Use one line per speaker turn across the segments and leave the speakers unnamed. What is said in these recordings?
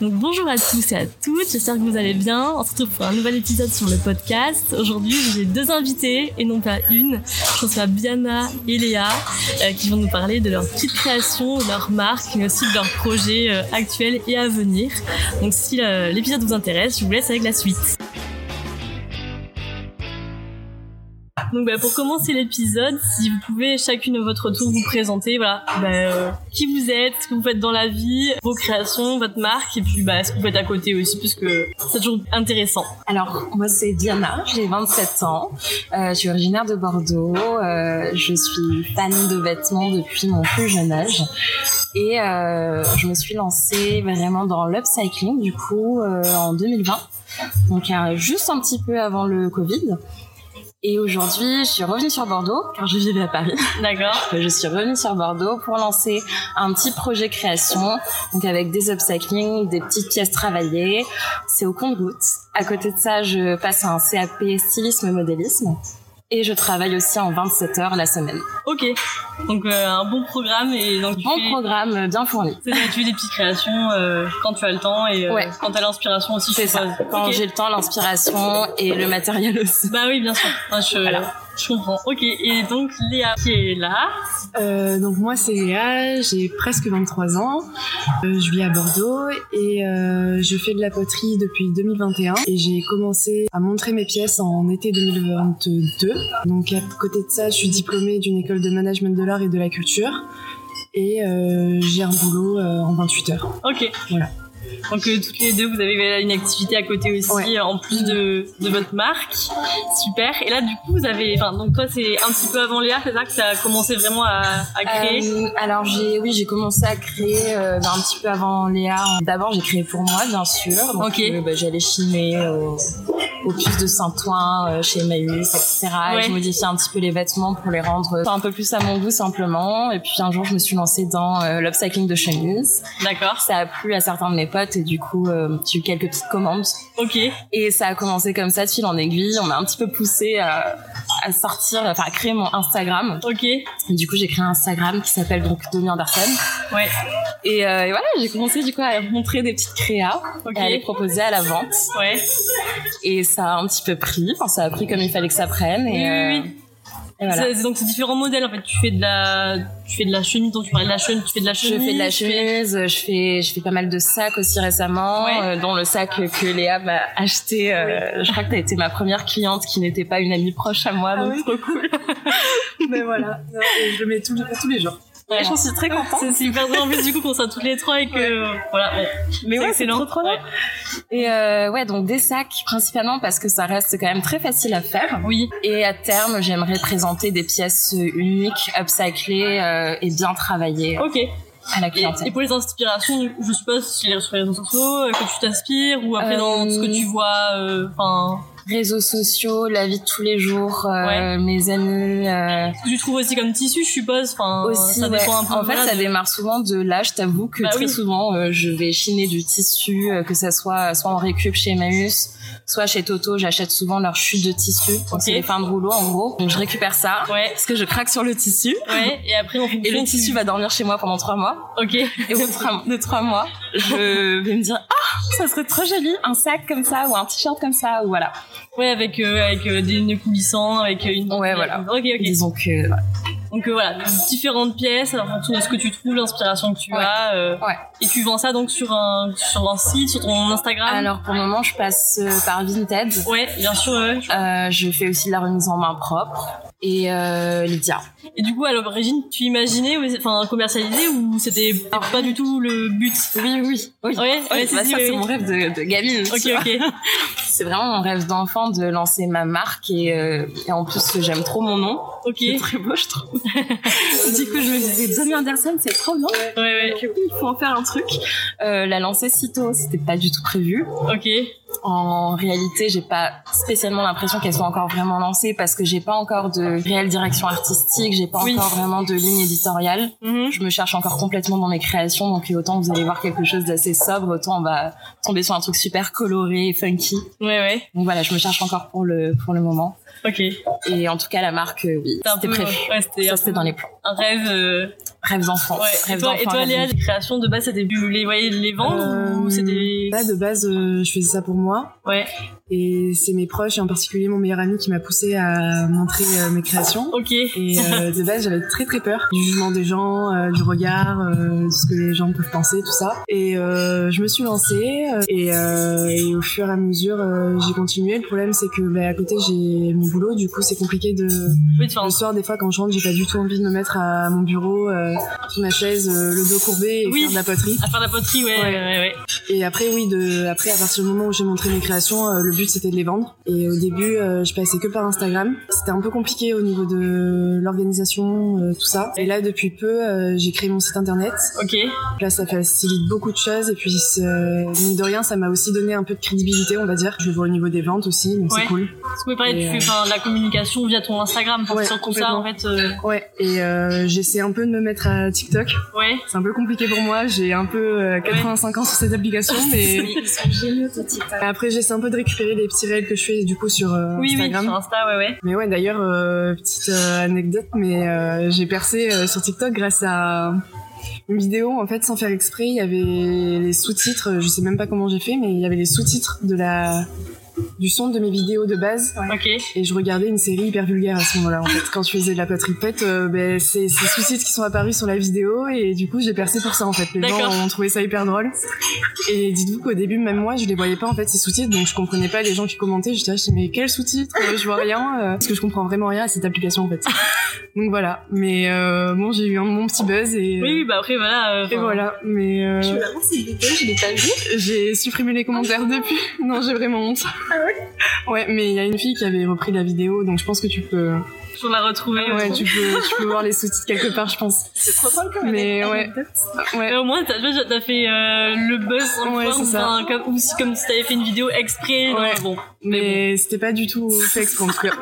Donc bonjour à tous et à toutes, j'espère que vous allez bien. On se retrouve pour un nouvel épisode sur le podcast. Aujourd'hui, j'ai deux invités et non pas une. Je reçois Biana et Léa euh, qui vont nous parler de leur petite création, de leur marque, mais aussi de leurs projets euh, actuels et à venir. Donc si euh, l'épisode vous intéresse, je vous laisse avec la suite. Donc bah, pour commencer l'épisode, si vous pouvez chacune à votre tour vous présenter, voilà, bah, euh, qui vous êtes, ce que vous faites dans la vie, vos créations, votre marque, et puis bah, ce que vous faites à côté aussi, parce que c'est toujours intéressant.
Alors, moi c'est Diana, j'ai 27 ans, euh, je suis originaire de Bordeaux, euh, je suis fan de vêtements depuis mon plus jeune âge et euh, je me suis lancée vraiment dans l'upcycling du coup euh, en 2020, donc euh, juste un petit peu avant le Covid. Et aujourd'hui, je suis revenue sur Bordeaux, car je vivais à Paris.
D'accord
Je suis revenue sur Bordeaux pour lancer un petit projet création, donc avec des upcycling, des petites pièces travaillées. C'est au compte-gouttes. À côté de ça, je passe un CAP stylisme-modélisme. Et je travaille aussi en 27 heures la semaine.
Ok. Donc euh, un bon programme et donc tu
Bon
fais,
programme euh, bien fourni.
c'est ça, tu fais des petites créations euh, quand tu as le temps et euh,
Ouais.
quand tu as l'inspiration aussi. je
C'est ça.
suppose.
Quand
Ok.
j'ai le temps, l'inspiration et le matériel aussi.
Bah oui, bien sûr. Enfin, je,
Voilà.
je comprends. Ok. Et donc Léa qui est là.
Euh, donc moi c'est Léa, j'ai presque 23 ans, Euh, je vis à Bordeaux et euh, je fais de la poterie depuis 2021 et j'ai commencé à montrer mes pièces en été 2022. Donc à côté de ça je suis diplômée d'une école de management de l'art et de la culture et euh, j'ai un boulot euh, en 28 heures.
Ok.
Voilà.
Donc euh, toutes les deux, vous avez une activité à côté aussi,
Ouais.
euh, en plus de, de votre marque. Super. Et là, du coup, vous avez... Enfin, donc toi, c'est un petit peu avant Léa, c'est ça que ça a commencé vraiment à, à créer
Euh, alors j'ai oui j'ai commencé à créer euh, ben, un petit peu avant Léa. D'abord j'ai créé pour moi bien sûr. Donc,
Ok.
euh, ben, j'allais filmer au, au puce de Saint-Ouen euh, chez Emmaüs etc. Et
Ouais.
je modifiais un petit peu les vêtements pour les rendre euh, un peu plus à mon goût simplement. Et puis un jour je me suis lancée dans euh, l'upcycling de chemises.
D'accord.
Ça a plu à certains de mes potes et du coup euh, j'ai eu quelques petites commandes.
Ok.
Et ça a commencé comme ça de fil en aiguille. On m'a un petit peu poussé à, à sortir, enfin à créer mon Instagram.
Ok.
Et du coup, j'ai créé un Instagram qui s'appelle donc Domi Anderson.
Ouais.
Et, euh, et voilà, j'ai commencé du coup à montrer des petites créas
Ok.
et à les proposer à la vente.
Ouais.
Et ça a un petit peu pris. Enfin, ça a pris comme il fallait que ça prenne.
Oui,
Et,
oui,
euh,
oui.
et voilà.
C'est- c'est donc c'est différents modèles en fait. Tu fais de la, tu fais de la chemise. Donc tu parlais de la chemise. Tu fais de la
Je
chemise.
fais de la
tu
chemise, je fais, je fais pas mal de sacs aussi récemment,
Ouais.
euh, dont le sac que Léa m'a acheté. euh, Je crois que t'as été ma première cliente qui n'était pas une amie proche à
Ah
moi, donc
oui.
trop cool.
Mais Ben voilà, je le mets tous les, tous les jours.
Ouais.
J'en suis très contente.
C'est c'est hyper drôle en plus du coup qu'on soit toutes les trois et que voilà. ouais.
Mais
C'est
ouais, c'est
excellent.
trop trop bien.
Ouais.
Et euh, ouais, donc des sacs principalement parce que ça reste quand même très facile à faire.
Oui.
Et à terme, j'aimerais présenter des pièces uniques, upcyclées euh, et bien travaillées
Ok. Et,
à la
et
clientèle.
pour les inspirations, je suppose sur les sur les réseaux sociaux euh, que tu t'inspires ou après
Euh,
dans ce que tu vois. euh, Enfin,
Réseaux sociaux, la vie de tous les jours, euh,
Ouais.
mes amis. euh,
tu trouves aussi comme tissu, je suppose. Enfin,
aussi,
Oh, ça
ouais.
dépend un peu.
en fait,
voilà,
ça
de-
démarre souvent de là. Je t'avoue que
Bah
très
oui.
souvent, euh, je vais chiner du tissu, euh, que ça soit soit en récup chez Emmaüs, soit chez Toto. J'achète souvent leurs chutes de tissu. Donc,
Ok.
c'est des fins de rouleau, en gros. Donc, je récupère ça.
Ouais.
Parce que je craque sur le tissu.
Ouais. Et après on fait.
Et le tissu va dormir chez moi pendant trois mois.
Ok.
Et au bout de trois- de trois mois, je vais me dire Ah, ça serait trop joli, un sac comme ça, ou un t-shirt comme ça, ou voilà.
Ouais, avec euh, avec euh, des nœuds coulissants, avec euh, une.
Ouais, voilà.
Ok, ok.
Disons que. voilà.
Donc euh, voilà, différentes pièces en fonction de ce que tu trouves, l'inspiration que tu
Ouais.
as. euh,
Ouais.
Et tu vends ça donc sur un, sur un site, sur ton Instagram
Alors pour le moment, je passe euh, par Vinted.
Ouais, bien sûr. ouais.
Euh, je fais aussi de la remise en main propre. Et euh, Lydia.
Et du coup, à l'origine, tu imaginais ou- enfin, commercialiser ou c'était pas du tout le but
Oui, oui, oui.
Ouais, ouais,
bah,
si,
ça,
oui,
c'est
oui.
mon rêve de, de gamine. tu vois.
Ok, ok.
C'est vraiment mon rêve d'enfant de lancer ma marque et, euh, et en plus j'aime trop mon nom.
Ok.
Il est très beau, je trouve. du coup, je me disais, Donnie Anderson, c'est trop bien.
Ouais, ouais.
Il faut en faire un truc. Euh, la lancer si tôt, c'était pas du tout prévu.
Ok.
En réalité, j'ai pas spécialement l'impression qu'elle soit encore vraiment lancée parce que j'ai pas encore de réelle direction artistique, j'ai pas
Oui.
encore vraiment de ligne éditoriale.
Mhm.
Je me cherche encore complètement dans mes créations, donc autant vous allez voir quelque chose d'assez sobre, autant on va tomber sur un truc super coloré et funky.
Ouais, ouais.
Donc voilà, je me cherche encore pour le pour le moment.
Ok. C'était
Et en tout cas, la marque, euh, oui,
un
c'était
peu.
prévu.
Ouais, c'était
Ça
un,
c'était dans les plans.
un rêve. euh,
Rêve d'enfant.
Ouais.
Rêve
Et toi, et
d'enfant,
toi
rêve
Léa,
d'enfant.
les créations de base, c'était vous les voyez les vendre ou
Euh,
c'était des...
Là, de base, euh, je faisais ça pour moi.
Ouais,
Et c'est mes proches, et en particulier mon meilleur ami, qui m'a poussé à montrer euh, mes créations.
ok.
Et euh, de base, j'avais très très peur du jugement des gens, euh, du regard, euh, de ce que les gens peuvent penser, tout ça. Et euh, je me suis lancée euh, et, euh, et au fur et à mesure, euh, j'ai continué. Le problème, c'est que bah, à côté, j'ai mon boulot, du coup, c'est compliqué de.
Oui, tu vois,
Le soir, des fois, quand je rentre, j'ai pas du tout envie de me mettre à mon bureau, euh, sur ma chaise, euh, le dos courbé et
Oui.
faire de la poterie.
à faire de la poterie, ouais, ouais, ouais.
Ouais.
ouais.
Et après, oui, de, après, à partir du moment où j'ai montré mes créations, euh, le but c'était de les vendre. Et au début, euh, je passais que par Instagram. C'était un peu compliqué au niveau de l'organisation, euh, tout ça. Et là, depuis peu, euh, j'ai créé mon site internet.
Ok.
Là, ça facilite beaucoup de choses. Et puis, euh, mine de rien, ça m'a aussi donné un peu de crédibilité, on va dire. Je le vois au niveau des ventes aussi, donc
Ouais.
c'est cool.
Est-ce que vous pouvez parler
Et, euh,
de tu fais, enfin, la communication via ton Instagram pour
Ouais,
sur tout ça,
complètement.
en fait. euh,
Ouais. Et euh, j'essaie un peu de me mettre à TikTok.
Ouais.
C'est un peu compliqué pour moi. J'ai un peu euh, 85 ans sur cette application, mais
Ils sont géniaux, tes
euh,
TikTok.
après, j'essaie un peu de récupérer les petits réels que je fais du coup sur euh,
Oui, oui,
Instagram.
sur Insta, ouais, ouais.
Mais ouais, d'ailleurs, euh, petite euh, anecdote, mais euh, j'ai percé euh, sur TikTok grâce à une vidéo, en fait, sans faire exprès, il y avait les sous-titres, euh, je sais même pas comment j'ai fait, mais il y avait les sous-titres de la du son de mes vidéos de base
Ok.
et je regardais une série hyper vulgaire à ce moment-là en fait quand je faisais de la poterie de fête euh, ben, c'est ces sous-titres qui sont apparus sur la vidéo et du coup j'ai percé pour ça en fait les gens
D'accord.
ont trouvé ça hyper drôle et dites-vous qu'au début même moi je les voyais pas en fait ces sous-titres donc je comprenais pas les gens qui commentaient j'étais là je dis, mais quels sous-titres Euh, je vois rien euh, parce que je comprends vraiment rien à cette application en fait donc voilà mais euh, bon j'ai eu un mon petit buzz et,
Oui, oui, bah après, voilà. euh,
et
enfin,
voilà mais euh,
Je suis vraiment cette vidéo, je l'ai pas vue.
j'ai supprimé les commentaires depuis. Non, j'ai vraiment honte.
Ah
Ouais, mais il y a une fille qui avait repris la vidéo, donc je pense que tu peux.
Sur la retrouver.
Ah, Ouais,
euh,
tu peux, tu peux voir les sous-titres quelque part, je pense.
C'est trop drôle comme
Mais
anecdote.
ouais. Ouais.
Mais euh, au moins, t'as, tu vois, t'as fait euh, le buzz en
Ouais,
forme,
c'est ça.
enfin, comme, ou si, comme si t'avais fait une vidéo exprès. non,
Ouais.
bon.
Mais c'était pas du tout fait exprès, en tout cas.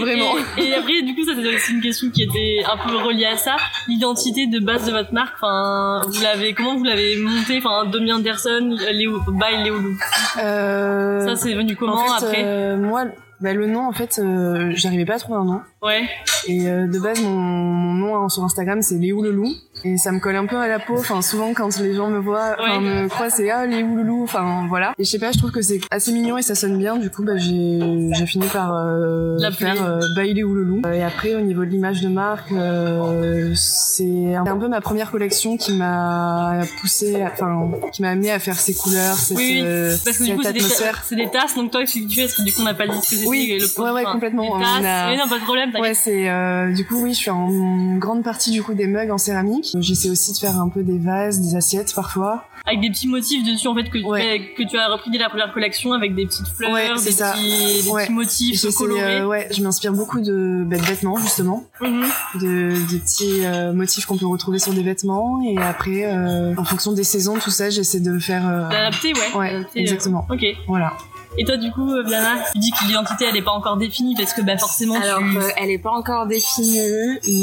Vraiment.
Et, et après, du coup, ça c'était aussi une question qui était un peu reliée à ça. L'identité de base de votre marque, enfin, vous l'avez, comment vous l'avez montée, enfin, Domi Anderson, Léo, by Léo Lou.
Euh,
Ça c'est venu comment
en fait,
après
euh, Moi, bah, le nom, en fait, euh, j'arrivais pas à trouver un nom.
Ouais.
Et euh, de base, mon, mon nom hein, sur Instagram, c'est Léou le loup. Et ça me colle un peu à la peau. Enfin, souvent, quand les gens me voient,
Ouais.
enfin, me croient, c'est Ah, Léou le loup. Enfin, voilà. Et je sais pas, je trouve que c'est assez mignon et ça sonne bien. Du coup, bah, j'ai j'ai fini par euh,
L'appeler.
faire euh, By Léou le loup. Euh, Et après, au niveau de l'image de marque, euh, c'est un, un peu ma première collection qui m'a poussé, à- enfin, qui m'a amené à faire ces couleurs, cette,
Oui, oui.
euh,
Parce que du
cette
coup c'est des,
atmosphère.
c'est des tasses, donc toi tu tu fais parce que du coup on n'a pas dit ce que c'était
Oui,
et le
ouais, ouais,
enfin,
complètement.
les
On
tasses.
a-
Mais non, pas de problème. t'inquiète.
Ouais, c'est euh, du coup oui, je fais en grande partie du coup des mugs en céramique. J'essaie aussi de faire un peu des vases, des assiettes parfois.
Avec des petits motifs dessus en fait que, tu-
Ouais.
que tu as repris dès la première collection avec des petites fleurs,
Ouais,
des,
c'est ça.
Petits, des
Ouais.
petits motifs
J'essaie,
colorés.
euh, ouais, je m'inspire beaucoup de, bah, de vêtements justement,
Mhm.
de, de petits euh, motifs qu'on peut retrouver sur des vêtements et après euh, en fonction des saisons tout ça, j'essaie de faire. euh,
D'adapter, ouais.
Ouais,
d'adapter, euh,
exactement.
Ok.
Voilà.
Et toi, du coup, euh, Viana, tu dis que l'identité, elle n'est pas encore définie parce que bah, forcément,
Alors,
tu...
euh, elle est pas encore définie,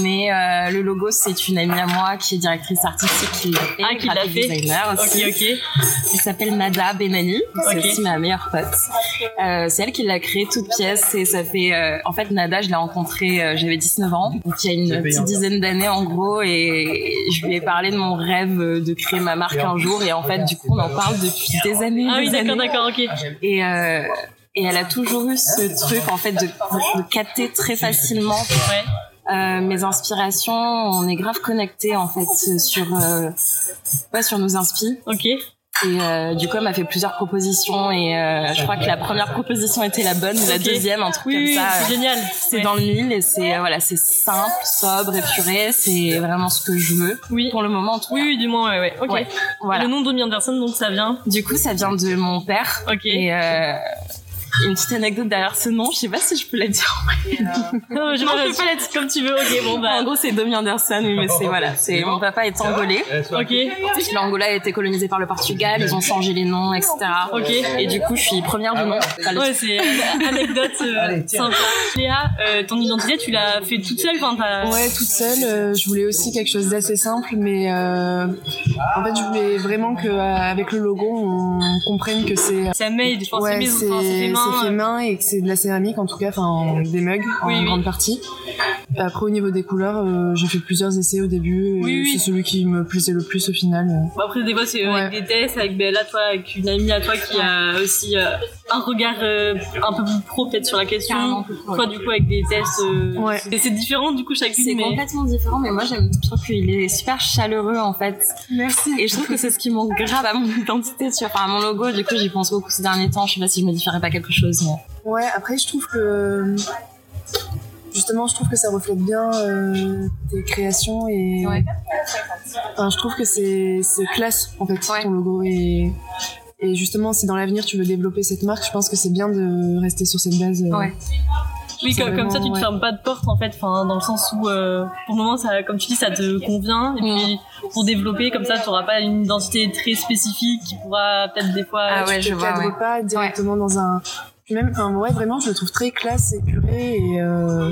mais euh, le logo, c'est une amie à moi qui est directrice artistique qui l'a fait,
Ah, qui l'a
graphic
fait.
designer
Ok,
aussi.
ok.
Elle s'appelle Nada Benani, c'est
Ok.
aussi ma meilleure pote. Euh, c'est elle qui l'a créé toute pièce et ça fait... euh, en fait, Nada, je l'ai rencontrée, euh, j'avais 19 ans, donc il y a une petite dizaine d'années en gros, et je lui ai parlé de mon rêve euh, de créer ma marque un jour, et en fait, du coup, on en parle depuis des années.
Ah
des
oui, d'accord,
années.
d'accord, ok.
Et, euh, et elle a toujours eu ce truc, en fait, de, de capter très facilement
Ouais.
euh, mes inspirations. On est grave connectés, en fait, sur, euh, ouais, sur nos inspirations.
Ok.
Et euh, du coup, elle m'a fait plusieurs propositions. Et euh, je crois que la première proposition était la bonne, la
Ok.
deuxième, un truc
Oui, oui,
comme ça.
c'est
euh,
génial.
C'est
Ouais.
dans le mille et c'est euh, voilà, c'est simple, sobre, épuré. C'est vraiment ce que je veux
Oui.
pour le moment. en tout cas.
Oui, oui, du moins, ouais, ouais. Ok.
Ouais, Voilà.
Le nom d'Omi Anderson, donc ça vient.
Du coup, ça vient de mon père.
Ok.
Et euh, une petite anecdote derrière ce nom, je sais pas si je peux la dire.
Non, je
Non, je
peux pas la comme tu veux. Ok, bon, bah.
en gros, c'est Domi Anderson, oui, mais c'est voilà, c'est mon papa est angolais.
Ok,
L'Angola a été colonisée par le Portugal, ils ont changé les noms, etc.
ok.
Et du coup, je suis première du nom. Enfin, le-
Ah Ouais, c'est une anecdote euh,
Allez, tiens.
sympa. Léa, euh, ton identité, tu l'as fait toute seule quand t'as.
Ouais, toute seule. euh, je voulais aussi quelque chose d'assez simple, mais euh, en fait je voulais vraiment que euh, avec le logo on comprenne que c'est
Ça made, je pense, c'est
Ouais,
mes
c'est
enfin, c'est mes mains,
c'est
euh,
fait main et que c'est de la céramique en tout cas, enfin des mugs en
Oui, oui.
grande partie. Après, au niveau des couleurs, euh, j'ai fait plusieurs essais au début. et
Oui, oui.
C'est celui qui me plaisait le plus au final.
Bon, après, des fois, c'est euh,
Ouais.
avec des tests, avec Bella, toi, avec une amie à toi qui a aussi euh, un regard euh, un peu plus pro, peut-être, sur la question.
Carrément plus pro.
Toi, du coup, avec des tests. euh,
Ouais.
c'est- C'est différent, du coup,
C'est
chacune. Mais...
complètement différent, mais moi j'aime, je trouve qu'il est super chaleureux en fait.
Merci.
Et je trouve que c'est ce qui manque grave à mon identité, tu vois, enfin à mon logo. Du coup, j'y pense beaucoup ces derniers temps. Je sais pas si je me ferais pas quelque chose. Mais...
Ouais, après, je trouve que. Justement, je trouve que ça reflète bien euh, tes créations et.
Ouais.
Enfin, je trouve que c'est c'est classe, en fait,
Ouais.
ton logo. Et, et justement, si dans l'avenir tu veux développer cette marque, je pense que c'est bien de rester sur cette base. euh,
Ouais.
Oui,
C'est
comme, comme ça, tu
vraiment,
te
ouais.
fermes pas de porte, en fait, enfin, dans le sens où, euh, pour le moment, ça, comme tu dis, ça te convient. Et puis,
Mm.
pour développer, comme ça, tu n'auras pas une identité très spécifique qui pourra peut-être des fois.
Ah ouais,
je
je
te
vois.
cadre
ouais.
pas directement dans un. puis Même, enfin, ouais, vraiment, je le trouve très classe, épuré et. euh,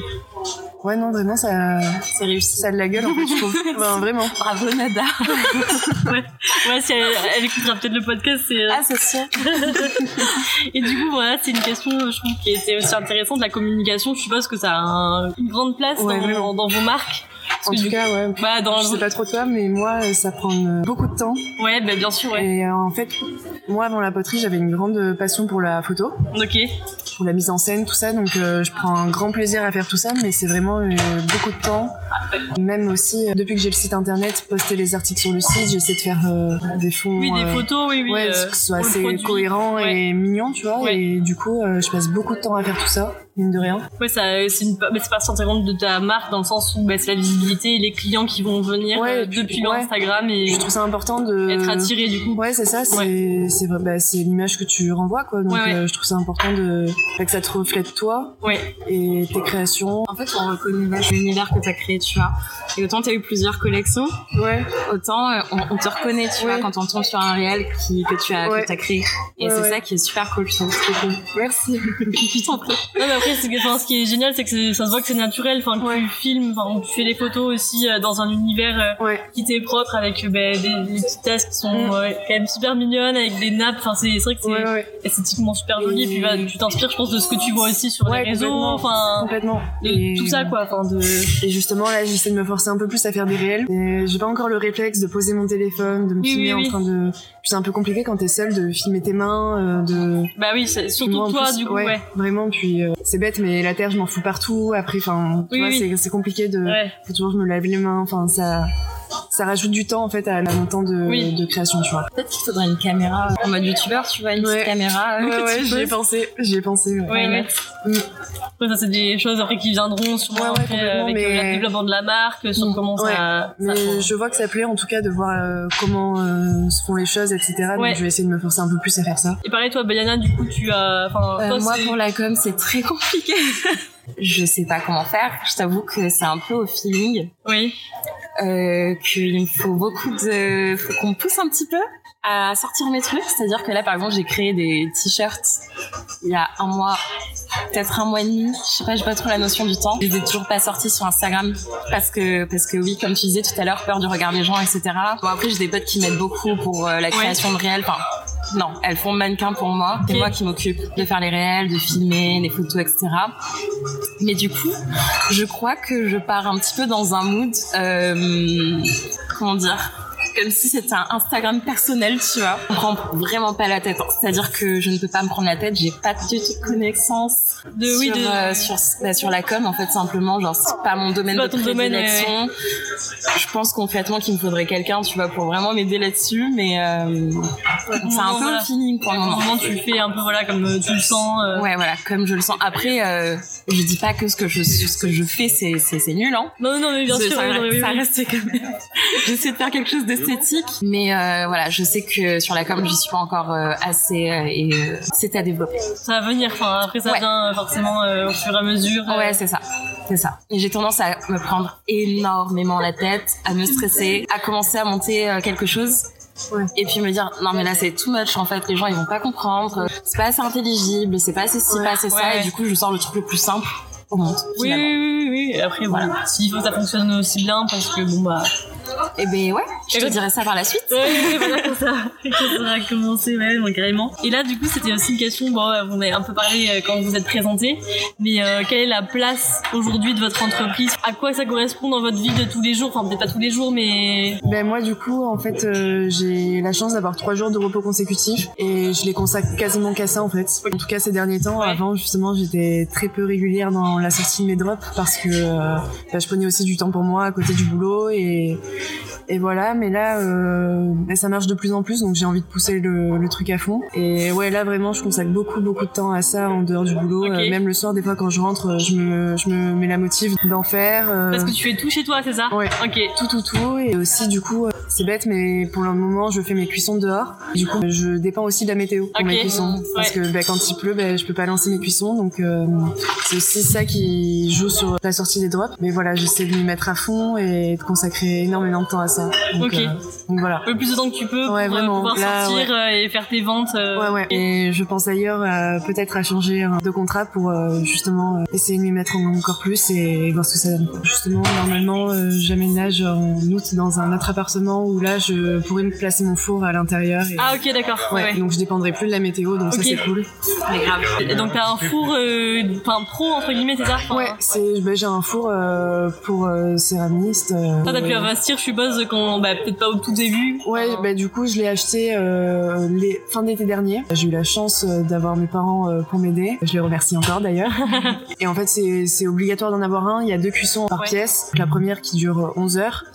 Ouais, non, vraiment, ça.
C'est réussi.
Ça a de la gueule, en fait, je trouve. Enfin, vraiment.
Bravo Nada.
Ouais, si elle, elle écoutera peut-être le podcast, c'est. euh,
Ah, c'est sûr.
Et du coup, voilà, c'est une question, je trouve, qui était aussi intéressante. La communication, je suppose que ça a un- une grande place
Ouais,
dans,
vraiment.
dans vos marques. Parce
En
que
tout
du
cas, ouais.
coup, bah, dans
Je sais pas trop toi, mais moi, euh, ça prend euh, beaucoup de temps.
Ouais, bah, bien sûr, ouais.
Et euh, en fait, moi, avant la poterie, j'avais une grande passion pour la photo,
Ok.
pour la mise en scène, tout ça. Donc, euh, je prends un grand plaisir à faire tout ça, mais c'est vraiment euh, beaucoup de temps. Même aussi, euh, depuis que j'ai le site internet, poster les articles sur le site, j'essaie de faire euh, des fonds.
Oui, des
euh,
photos, oui, oui.
ouais,
euh,
que ce soit
pour le
assez
produit.
cohérent et mignon, tu vois.
Ouais.
Et du coup, euh, je passe beaucoup de temps à faire tout ça, mine de rien.
Ouais, ça, euh, c'est une, mais c'est pas sans compte de ta marque dans le sens où bah, c'est la visibilité et les clients qui vont venir
Ouais,
euh,
et puis-
depuis
ouais.
Instagram et
Je trouve ça important de.
être attiré du coup.
Ouais, c'est ça, c'est c'est vrai- bah, c'est l'image que tu renvoies, quoi. Donc,
Ouais, ouais.
euh, je trouve ça important de bah, que ça te reflète toi
Ouais.
et tes créations.
En fait, on reconnaît vachement l'univers que t'as créé, tu vois. Et autant t'as eu plusieurs collections,
Ouais,
autant euh, on, on te reconnaît, tu
Ouais.
vois, quand on tombe sur un réel qui, que tu as,
Ouais.
que t'as créé. Et
Ouais,
c'est
ouais.
ça qui est super cool, je trouve. C'est cool.
merci.
Je t'en prie.
Non, mais après, c'est que- enfin, ce qui est génial, c'est que c'est- ça se voit que c'est naturel. Enfin, que tu filmes, enfin, que tu fais les photos aussi euh, dans un univers euh,
Ouais,
qui t'est propre avec euh, ben, des, des petites tasses qui sont
Mm.
euh, quand même super mignonnes avec des nappes. Enfin, c'est c'est vrai que c'est
ouais, ouais,
esthétiquement super joli. Et puis, bah, tu t'inspires, je pense, de ce que tu vois aussi sur
Ouais,
les réseaux.
complètement.
Enfin,
complètement.
de tout ça, quoi. Enfin, de.
Et justement, là, j'essaie de me forcer un peu plus à faire des réels. Et J'ai pas encore le réflexe de poser mon téléphone, de me
Oui,
filmer
oui, oui.
en train de. Puis c'est un peu compliqué quand t'es seule de filmer tes mains, euh, de.
Bah oui, c'est- surtout
Moi, en
toi,
plus,
du coup,
ouais,
ouais.
Vraiment, puis euh, c'est bête, mais la terre, je m'en fous partout. Après, enfin, tu
Oui,
vois,
oui.
c'est- c'est compliqué de.
Ouais.
faut toujours que je me lave les mains. Enfin, ça, ça rajoute du temps en fait à, à mon temps de,
Oui.
de création, tu vois.
Peut-être qu'il faudrait une caméra euh, en mode youtubeur, tu vois, une
Ouais.
petite caméra. euh, que tu poses.
pensé. J'y ai pensé. ouais.
Ouais,
Why
ouais.
not
Ouais, ça, c'est des choses après qui viendront
Ouais,
sûrement
ouais,
après,
complètement,
avec
mais-
euh, le développement de la marque, sur
Mm.
comment ça.
Mais
ça-
je vois que ça plaît en tout cas de voir euh, comment euh, se font les choses, etc. Donc
Ouais.
je vais essayer de me forcer un peu plus à faire ça.
Et pareil, toi, Bayana, du coup, tu as. Enfin,
Euh,
toi,
moi,
c'est-
pour la com, c'est très compliqué. je sais pas comment faire. Je t'avoue que c'est un peu au feeling.
Oui.
euh, qu'il me faut beaucoup de, faut qu'on pousse un petit peu à sortir mes trucs. C'est-à-dire que là, par exemple, j'ai créé des t-shirts il y a un mois, peut-être un mois et demi. Je sais pas, j'ai pas trop la notion du temps. Je les ai toujours pas sortis sur Instagram parce que, parce que oui, comme tu disais tout à l'heure, peur du regard des gens, etc. Bon, après, j'ai des potes qui m'aident beaucoup pour euh, la création de réels. Enfin, non, elles font mannequin pour moi. C'est
Ok.
moi qui m'occupe de faire les réels, de filmer, les photos, etc. Mais du coup, je crois que je pars un petit peu dans un mood, euh, comment dire, comme si c'était un Instagram personnel, tu vois. Je me prends vraiment pas la tête. hein. C'est-à-dire que je ne peux pas me prendre la tête, j'ai pas du tout de connaissance
De, oui,
sur,
de.
euh, sur, bah, sur la com, en fait, simplement. Genre, c'est pas mon domaine
C'est pas
de
ton domaine,
prédilection. Je pense concrètement qu'il me faudrait quelqu'un, tu vois, pour vraiment m'aider là-dessus, mais euh, c'est un
moment,
peu
voilà.
le feeling pour le moment.
Comment tu le fais un peu, voilà, comme euh, tu le sens. euh.
Ouais, voilà, comme je le sens. Après, euh, je dis pas que ce que je, ce que je fais, c'est, c'est, c'est nul, hein.
Non, non, mais bien
Ça-
sûr,
ça,
oui, non, mais oui,
ça
oui.
reste quand même. J'essaie de faire quelque chose d'esthétique, mais euh, voilà, je sais que sur la com, j'y suis pas encore euh, assez euh, et euh, c'est à développer.
ça va venir. Enfin, après, ça
Ouais.
vient euh, forcément euh, au fur et à mesure. euh,
Ouais, c'est ça, c'est ça. Et j'ai tendance à me prendre énormément la tête, à me stresser, à commencer à monter euh, quelque chose.
Ouais.
Et puis me dire non mais là c'est too much en fait les gens ils vont pas comprendre c'est pas assez intelligible c'est pas assez ci
Ouais.
pas assez ça
Ouais.
et du coup je sors le truc le plus simple au monde
Oui, oui,
finalement.
oui, oui, oui. Et Après, voilà. S'il faut que ça fonctionne aussi bien, parce que bon, bah.
Et ben ouais, Je te dirai ça par la suite.
Oui, oui, voilà, c'est ça. Et qu'on saura commencer, ouais, bon, carrément. Et là, du coup, c'était aussi une question, bon, euh, vous en avez un peu parlé euh, quand vous vous êtes présenté, mais euh, quelle est la place aujourd'hui de votre entreprise À quoi ça correspond dans votre vie de tous les jours Enfin, peut-être pas tous les jours, mais...
Ben moi du coup en fait euh, j'ai la chance d'avoir trois jours de repos consécutifs et je les consacre quasiment qu'à ça en fait. En tout cas ces derniers temps,
Ouais.
avant justement j'étais très peu régulière dans la sortie de mes drops parce que euh, ben, je prenais aussi du temps pour moi à côté du boulot et, et voilà mais là euh, ben, ça marche de plus en plus donc j'ai envie de pousser le, le truc à fond et ouais là vraiment je consacre beaucoup beaucoup de temps à ça en dehors du boulot
Ok.
Euh, même le soir des fois quand je rentre je me, je me mets la motive d'en faire. euh,
Parce que tu fais tout chez toi, c'est ça
Ouais.
Ok.
tout tout tout et aussi du coup euh, c'est bête mais pour le moment je fais mes cuissons dehors du coup je dépends aussi de la météo pour
Ok.
mes cuissons parce que bah, quand il pleut bah, je peux pas lancer mes cuissons donc euh, c'est aussi ça qui joue sur la sortie des drops mais voilà j'essaie de m'y mettre à fond et de consacrer énormément de temps à ça donc, euh,
Ok.
donc voilà
Le plus de temps que tu peux
Ouais,
pour euh,
vraiment.
pouvoir
Là,
sortir euh, et faire tes ventes. euh,
Ouais, ouais.
et-
Et je pense d'ailleurs euh, peut-être à changer euh, de contrat pour euh, justement euh, essayer de m'y mettre encore plus et voir ce que ça donne. Justement, normalement, euh, j'aménage en août dans un autre appartement où là, je pourrais me placer mon four à l'intérieur. Et...
Ah ok, d'accord.
ouais,
ouais.
Donc je dépendrai plus de la météo, donc
Ok.
ça c'est cool.
Mais grave.
Et Donc t'as un four, euh, enfin pro entre guillemets, c'est ça Enfin,
Ouais, c'est ben, j'ai un four euh, pour euh, céramiste. euh,
Ça t'as pu investir, je suppose, quand bah, peut-être pas au tout début.
Ouais,
Enfin,
bah du coup je l'ai acheté euh, les... fin d'été dernier. J'ai eu la chance euh, d'avoir mes parents euh, pour m'aider. Je les remercie encore d'ailleurs. et en fait c'est c'est obligatoire d'en avoir un. Il y a deux cuissons par
Ouais.
pièce. La première qui dure 11 heures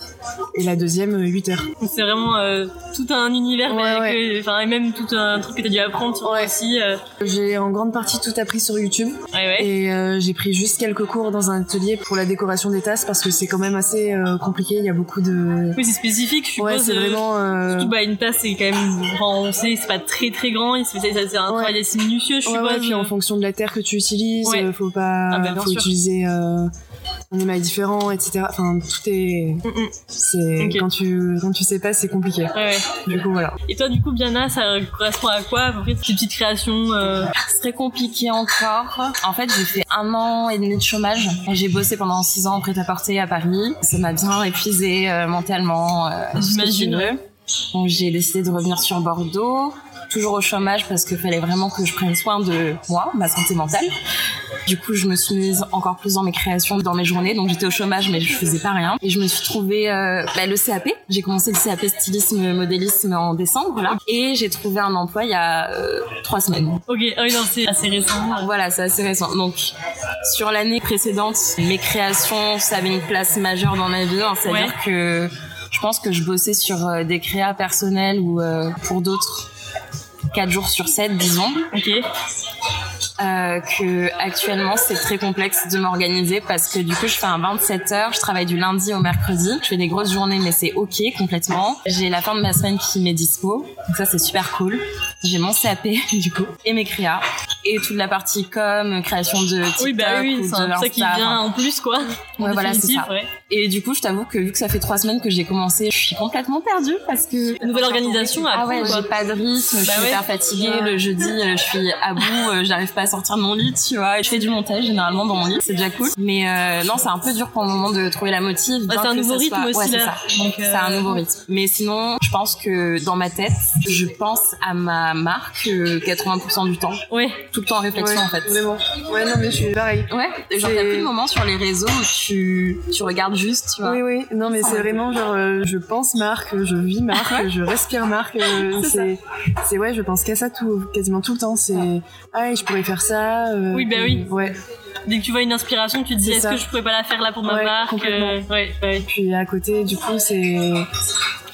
et la deuxième euh, 8 heures.
C'est vraiment euh, tout un univers, mais
Ouais,
avec, euh, enfin, et même tout un truc que t'as dû apprendre sur
Ouais.
aussi. euh,
J'ai en grande partie tout appris sur YouTube
Ouais, ouais.
et euh, j'ai pris juste quelques cours dans un atelier pour la décoration des tasses parce que c'est quand même assez euh, compliqué. Il y a beaucoup de...
Oui, c'est spécifique, je suppose.
Ouais, c'est
euh,
vraiment... euh,
Surtout, bah, une tasse, c'est quand même. Enfin, on sait, c'est pas très très grand, il se fait- c'est c'est un
Ouais.
travail assez minutieux, je
Ouais,
suppose. euh.
ouais, puis en fonction de la terre que tu utilises,
Ouais.
euh, faut pas,
Ah bah, bien
faut
sûr.
utiliser euh, un émail différent, etc. Enfin, tout est,
Mm, mm.
c'est
Ok.
quand tu quand tu sais pas, c'est compliqué.
Ouais, ouais.
Du coup, voilà.
Et toi, du coup, Biana, ça correspond à quoi à peu près tes petites créations euh,
C'est très compliqué encore. En fait, j'ai fait un an et demi de chômage. J'ai bossé pendant six ans en prêt-à-porter à Paris. Ça m'a bien épuisé euh, mentalement. euh, tout ce que tu
J'imagine,
veux. Donc j'ai décidé de revenir sur Bordeaux, toujours au chômage parce qu'il fallait vraiment que je prenne soin de moi, ma santé mentale. Du coup, je me suis mise encore plus dans mes créations, dans mes journées. Donc j'étais au chômage, mais je faisais pas rien. Et je me suis trouvée euh, bah, le CAP. J'ai commencé le CAP stylisme modélisme en décembre là, et j'ai trouvé un emploi il y a euh, trois semaines.
Ok, ah oui, non, c'est assez récent.
Ah, Voilà, c'est assez récent. Donc, sur l'année précédente, mes créations, ça avait une place majeure dans ma vie. hein. C'est-à-dire que je pense que je bossais sur euh, des créas personnels ou euh, pour d'autres. 4 jours sur 7, disons,
Ok.
euh, que actuellement c'est très complexe de m'organiser parce que du coup je fais un 27 heures, je travaille du lundi au mercredi, je fais des grosses journées mais c'est ok complètement. J'ai la fin de ma semaine qui m'est dispo, donc ça c'est super cool. J'ai mon CAP du coup et mes créas et toute la partie com, création de TikTok
Oui, bah oui,
ou de
c'est un- ça qui
Insta,
vient
enfin.
en plus, quoi.
Ouais,
En
voilà, c'est
définitive,
ça.
ouais.
Et du coup je t'avoue que vu que ça fait trois semaines que j'ai commencé, je suis complètement perdue parce que
Nouvelle organisation à
ah ouais,
prendre,
j'ai
quoi.
pas de rythme, je
Bah
suis
ouais.
hyper fatiguée. Le jeudi, euh, je suis à bout, euh, j'arrive pas à sortir de mon lit, tu vois. Je fais du montage généralement dans mon lit, c'est déjà cool. Mais euh, non, c'est un peu dur pour le moment de trouver la motive.
Bah,
bien
c'est un
que
nouveau
ça
rythme
soit-
aussi,
ouais, c'est
là.
ça.
Donc,
C'est
euh,
un nouveau rythme. Mais sinon, je pense que dans ma tête, je pense à ma marque euh, 80% du temps,
Ouais.
tout le temps en réflexion
Ouais,
en fait.
Vraiment. Ouais, non, mais je suis pareil.
Ouais, genre
J'ai-
t'as plus de moment sur les réseaux où tu, tu regardes juste, tu vois.
Oui, oui. Non, mais c'est vraiment genre, euh, je pense marque, je vis marque, je respire marque. euh,
C'est ça.
c'est, c'est ouais, je pense qu'à ça tout, quasiment tout le temps. C'est, ah, je pourrais faire ça. euh,
Oui, bah oui.
Ouais.
Dès que tu vois une inspiration, tu te dis
C'est
est-ce
ça.
que je pourrais pas la faire là pour ma
Ouais,
marque
complètement.
euh, Ouais, ouais.
Puis à côté, du coup, c'est.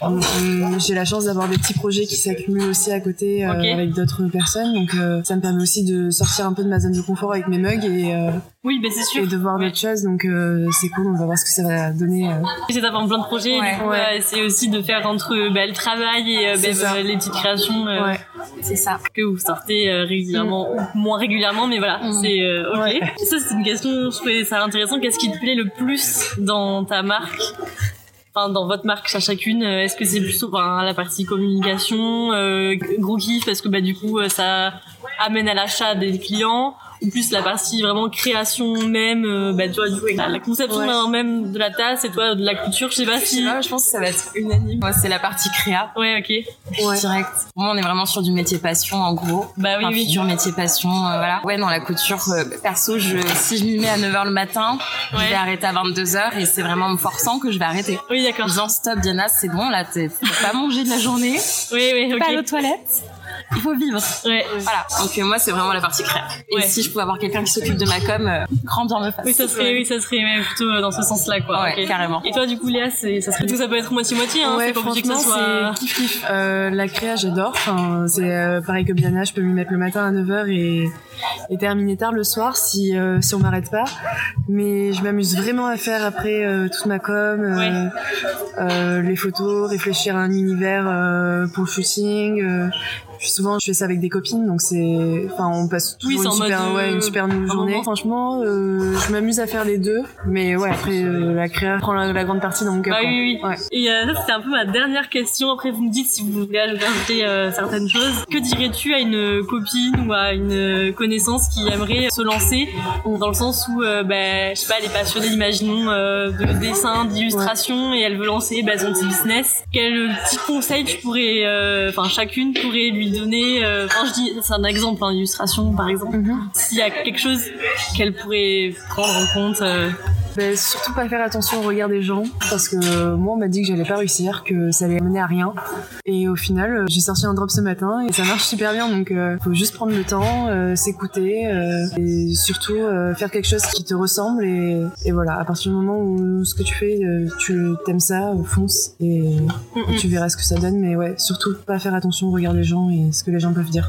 on- on- J'ai la chance d'avoir des petits projets qui s'accumulent aussi à côté euh,
Ok.
avec d'autres personnes, donc euh, ça me permet aussi de sortir un peu de ma zone de confort avec mes mugs et, euh,
Oui, bah c'est sûr.
et de voir
Ouais.
d'autres choses, donc euh, c'est cool, on va voir ce que ça va donner. euh.
C'est d'avoir plein de projets,
Ouais,
du coup,
ouais.
euh, c'est aussi de faire entre bah, le travail et euh, bah,
C'est ça.
euh, les petites créations euh,
Ouais.
C'est ça.
que vous sortez euh, régulièrement, ou moins régulièrement, mais voilà,
Mm.
c'est euh, ok.
Ouais.
Ça, c'est une question, je trouvais ça intéressant. Qu'est-ce qui te plaît le plus dans ta marque Enfin, dans votre marque, à chacune, euh, est-ce que c'est plutôt enfin, la partie communication, euh, gros kiff, parce que bah, du coup, euh, ça amène à l'achat des clients ou plus la partie vraiment création même, euh, bah, tu vois, du coup, avec la, la conception
Ouais.
d'un même de la tasse et toi de la couture, je sais pas
Je sais
si.
pas, je pense que ça va être unanime. Moi, c'est la partie créa,
Ouais, ok.
Ouais.
direct. Moi, on est vraiment sur du métier passion, en gros.
Bah oui,
Enfin,
oui.
futur métier passion, euh, voilà. Ouais, dans la couture, euh, perso, je, si je m'y mets à 9h le matin, je
Ouais.
vais arrêter à 22h et c'est vraiment en me forçant que je vais arrêter.
Oui,
En
d'accord.
disant stop, Diana, c'est bon, là, t'es- t'as pas mangé de la journée,
Oui, oui,
pas aux
ok.
toilettes, il faut vivre.
Ouais.
Voilà. Donc, euh, moi, c'est vraiment la partie créa. Et
Ouais.
si je pouvais avoir quelqu'un qui s'occupe de ma com, euh, grand bien me fasse.
Oui, ça serait, oui, ça serait ouais, plutôt euh, dans ce sens-là, quoi.
Ouais,
ok.
carrément.
Et toi, du coup, Léa, c'est, ça serait tout, ça peut être moitié-moitié, hein.
Ouais,
c'est pas obligé que ça
franchement,
soit.
c'est kiff kiff. Euh, la créa, j'adore. Enfin, c'est euh, pareil que Biana, je peux m'y mettre le matin à 9h et, et terminer tard le soir si, euh, si on m'arrête pas. Mais je m'amuse vraiment à faire après euh, toute ma com, euh,
Ouais.
euh, les photos, réfléchir à un univers euh, pour le shooting. euh, puis souvent, je fais ça avec des copines, donc c'est, enfin, on passe
Oui,
toujours
c'est en
une, super,
mode,
ouais,
euh,
une super
un
nouvelle journée.
moment.
Franchement, euh, je m'amuse à faire les deux, mais ouais, après euh, la créa prend la, la grande partie dans mon cœur.
Bah
quoi.
oui, oui, oui.
Ouais.
Et euh, ça, c'était un peu ma dernière question. Après, vous me dites si vous voulez ajouter euh, certaines choses. Que dirais-tu à une copine ou à une connaissance qui aimerait se lancer dans le sens où, euh, bah, je sais pas, elle est passionnée, imaginons, euh, de dessin, d'illustration et elle veut lancer bah, son petit business. Quel petit conseil tu pourrais, euh, enfin, chacune pourrait lui donner euh, Enfin, je dis, c'est un exemple, hein, illustration par exemple.
Mhm.
S'il y a quelque chose qu'elle pourrait prendre en compte. euh,
Ben, surtout pas faire attention au regard des gens parce que euh, moi on m'a dit que j'allais pas réussir, que ça allait mener à rien et au final euh, j'ai sorti un drop ce matin et ça marche super bien donc euh, faut juste prendre le temps, euh, s'écouter euh, et surtout euh, faire quelque chose qui te ressemble et, et voilà à partir du moment où ce que tu fais euh, tu t'aimes ça, euh, fonce et
mhm.
tu verras ce que ça donne mais ouais surtout pas faire attention au regard des gens et ce que les gens peuvent dire.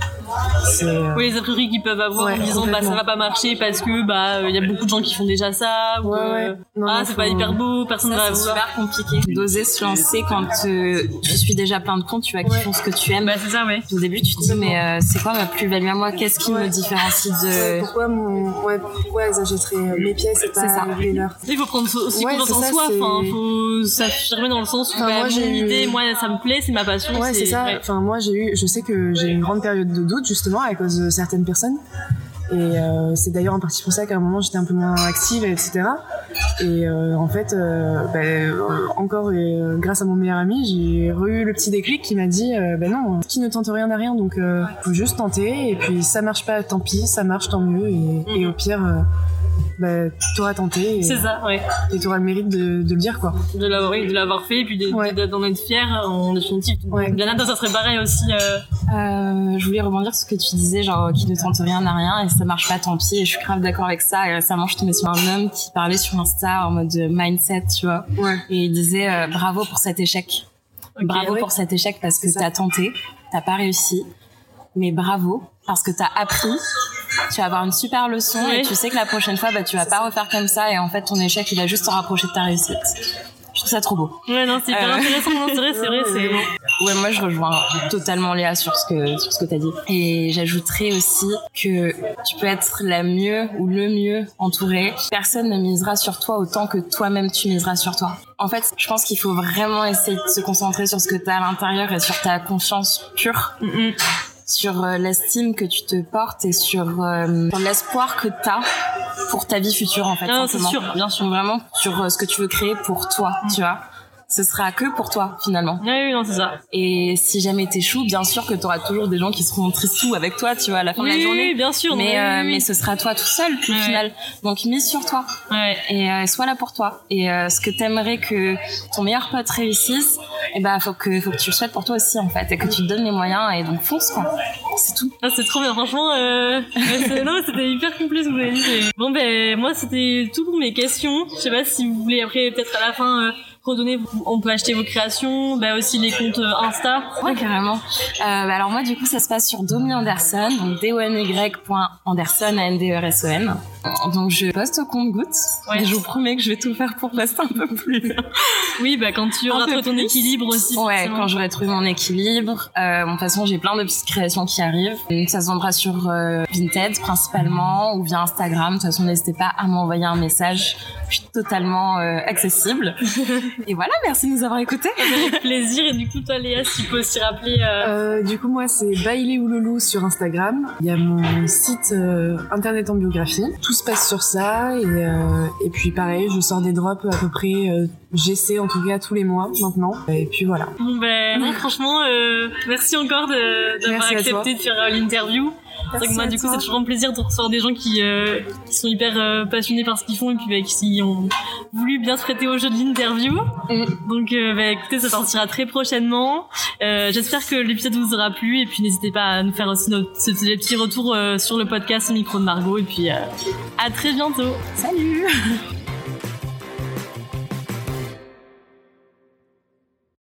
C'est euh,
Oui, les a priori qu'ils peuvent avoir
Ouais,
en disant bah ça
complètement.
va pas marcher parce que bah il y a beaucoup de gens qui font déjà ça ou
ouais, ouais.
euh,
Non,
ah
non,
c'est
faut-
pas hyper beau, personne ne va
Ça, c'est
vouloir.
super compliqué d'oser se lancer quand euh, tu suis déjà plein de comptes, tu vois, qui
Ouais.
font ce que tu aimes.
Bah c'est ça ouais.
Au début, tu te dis, mais euh, c'est quoi ma plus-value à moi Qu'est-ce qui me
Ouais.
différencie
Ouais,
de.
pourquoi, mon... ouais, pourquoi elles achèteraient euh, mes pièces et
C'est
pas
ça.
les leurs
Il faut prendre aussi
Ouais,
confiance
c'est
en
ça,
soi,
c'est-
enfin faut s'affirmer dans le sens où
Enfin,
bah,
moi,
mon
j'ai eu-
idée, moi ça me plaît, c'est ma passion.
Ouais, c'est ça.
ouais.
Enfin, moi, j'ai eu, je sais que j'ai eu une grande période de doute justement à cause de certaines personnes. Et euh, c'est d'ailleurs en partie pour ça qu'à un moment j'étais un peu moins active, etc. Et euh, en fait, euh, bah, euh, encore euh, grâce à mon meilleur ami, j'ai eu le petit déclic qui m'a dit euh, ben non, qui ne tente rien n'a rien, donc euh, faut juste tenter. Et puis ça marche pas, tant pis, ça marche tant mieux. Et, et au pire, euh, bah, t'auras tenté
C'est
et
ça, ouais.
et t'auras le mérite de, de le dire quoi.
De l'avoir, oui, de l'avoir fait, et puis de-
Ouais.
de- d'en être fier en définitive.
Ouais.
Bien toi, ça serait pareil aussi. euh,
Euh, je voulais rebondir sur ce que tu disais, genre qui ne tente rien n'a rien et ça marche pas, tant pis. Et je suis grave d'accord avec ça. Et récemment, je tombais sur un homme qui parlait sur Insta en mode mindset, tu vois.
Ouais.
Et il disait euh, bravo pour cet échec.
ok,
bravo
ouais.
pour cet échec parce que
C'est ça.
t'as tenté, t'as pas réussi, mais bravo parce que t'as appris. Tu vas avoir une super leçon
Ouais.
et tu sais que la prochaine fois, bah, tu vas pas refaire comme ça et en fait, ton échec, il va juste te rapprocher de ta réussite. Je trouve ça trop beau.
Ouais, non, c'est hyper
Euh.
intéressant, non, c'est vrai, c'est vrai,
Ouais,
c'est.
vraiment.
Ouais, moi je rejoins totalement Léa sur ce que sur ce que t'as dit. Et j'ajouterais aussi que tu peux être la mieux ou le mieux entouré. Personne ne misera sur toi autant que toi-même tu miseras sur toi. En fait, je pense qu'il faut vraiment essayer de se concentrer sur ce que t'as à l'intérieur et sur ta confiance pure,
Mhm.
sur euh, l'estime que tu te portes et sur, euh, sur l'espoir que t'as pour ta vie future en fait.
Ah, non, c'est
simplement.
sûr, bien sûr.
Sur vraiment sur euh, ce que tu veux créer pour toi, tu vois. Ce sera que pour toi finalement.
Ouais, oui, non, c'est ça.
Et si jamais t'échoues, bien sûr que t'auras toujours des gens qui seront tristous avec toi, tu vois, à la fin
Oui,
de la
oui,
journée.
oui, bien sûr.
mais,
oui,
euh,
oui,
mais ce sera toi tout seul, au
Ouais.
final. Donc, mise sur toi
oui. Ouais.
et euh, sois là pour toi. Et euh, ce que t'aimerais que ton meilleur pote réussisse, eh ben, faut que, faut que tu le souhaites pour toi aussi, en fait, et que tu te donnes les moyens, et donc fonce, quoi. C'est tout.
Ah, c'est trop bien, franchement. Euh... ouais, c'est- non, c'était hyper complet ce que vous avez dit. C'est- Bon, ben, moi, c'était tout pour mes questions. Je sais pas si vous voulez, après, peut-être à la fin, euh, redonner, on peut acheter vos créations, bah aussi les comptes euh, Insta.
Ouais, carrément. Euh, bah, alors, moi, du coup, ça se passe sur Domi Anderson, donc d o m Anderson, a n d e r s o n Donc, je poste au compte-gouttes,
Ouais.
et je vous promets que je vais tout faire pour poster un peu plus.
Oui, bah, quand tu
Un
auras
peu
trouvé ton
plus.
équilibre aussi.
Ouais,
forcément.
quand j'aurai trouvé mon équilibre. Euh, bon, de toute façon, j'ai plein de petites créations qui arrivent. Donc, ça se vendra sur euh, Vinted principalement ou via Instagram. De toute façon, n'hésitez pas à m'envoyer un message Je suis totalement euh, accessible. et voilà, merci de nous avoir écoutés.
Avec plaisir. Et du coup, toi, Léa, si tu peux aussi rappeler. euh,
Euh, du coup, moi, c'est Bailey Ouloulou sur Instagram. Il y a mon site euh, internet en biographie. Tout se passe sur ça. Et, euh, et puis, pareil, je sors des drops à peu près euh, GC, en tout cas, tous les mois maintenant. Et puis voilà.
Bon, ben, non, franchement, euh, merci encore de- d'avoir
Merci à toi.
accepté de faire euh, l'interview. C'est vrai que moi, du coup, c'est toujours un plaisir de recevoir des gens qui, euh, qui sont hyper euh, passionnés par ce qu'ils font et puis bah, qui ont voulu bien se prêter au jeu de l'interview.
Mm.
Donc, euh, bah, écoutez, ça sortira très prochainement. Euh, J'espère que l'épisode vous aura plu et puis n'hésitez pas à nous faire aussi notre, ce petit retour euh, sur le podcast au micro de Margot et puis euh, à très bientôt.
Salut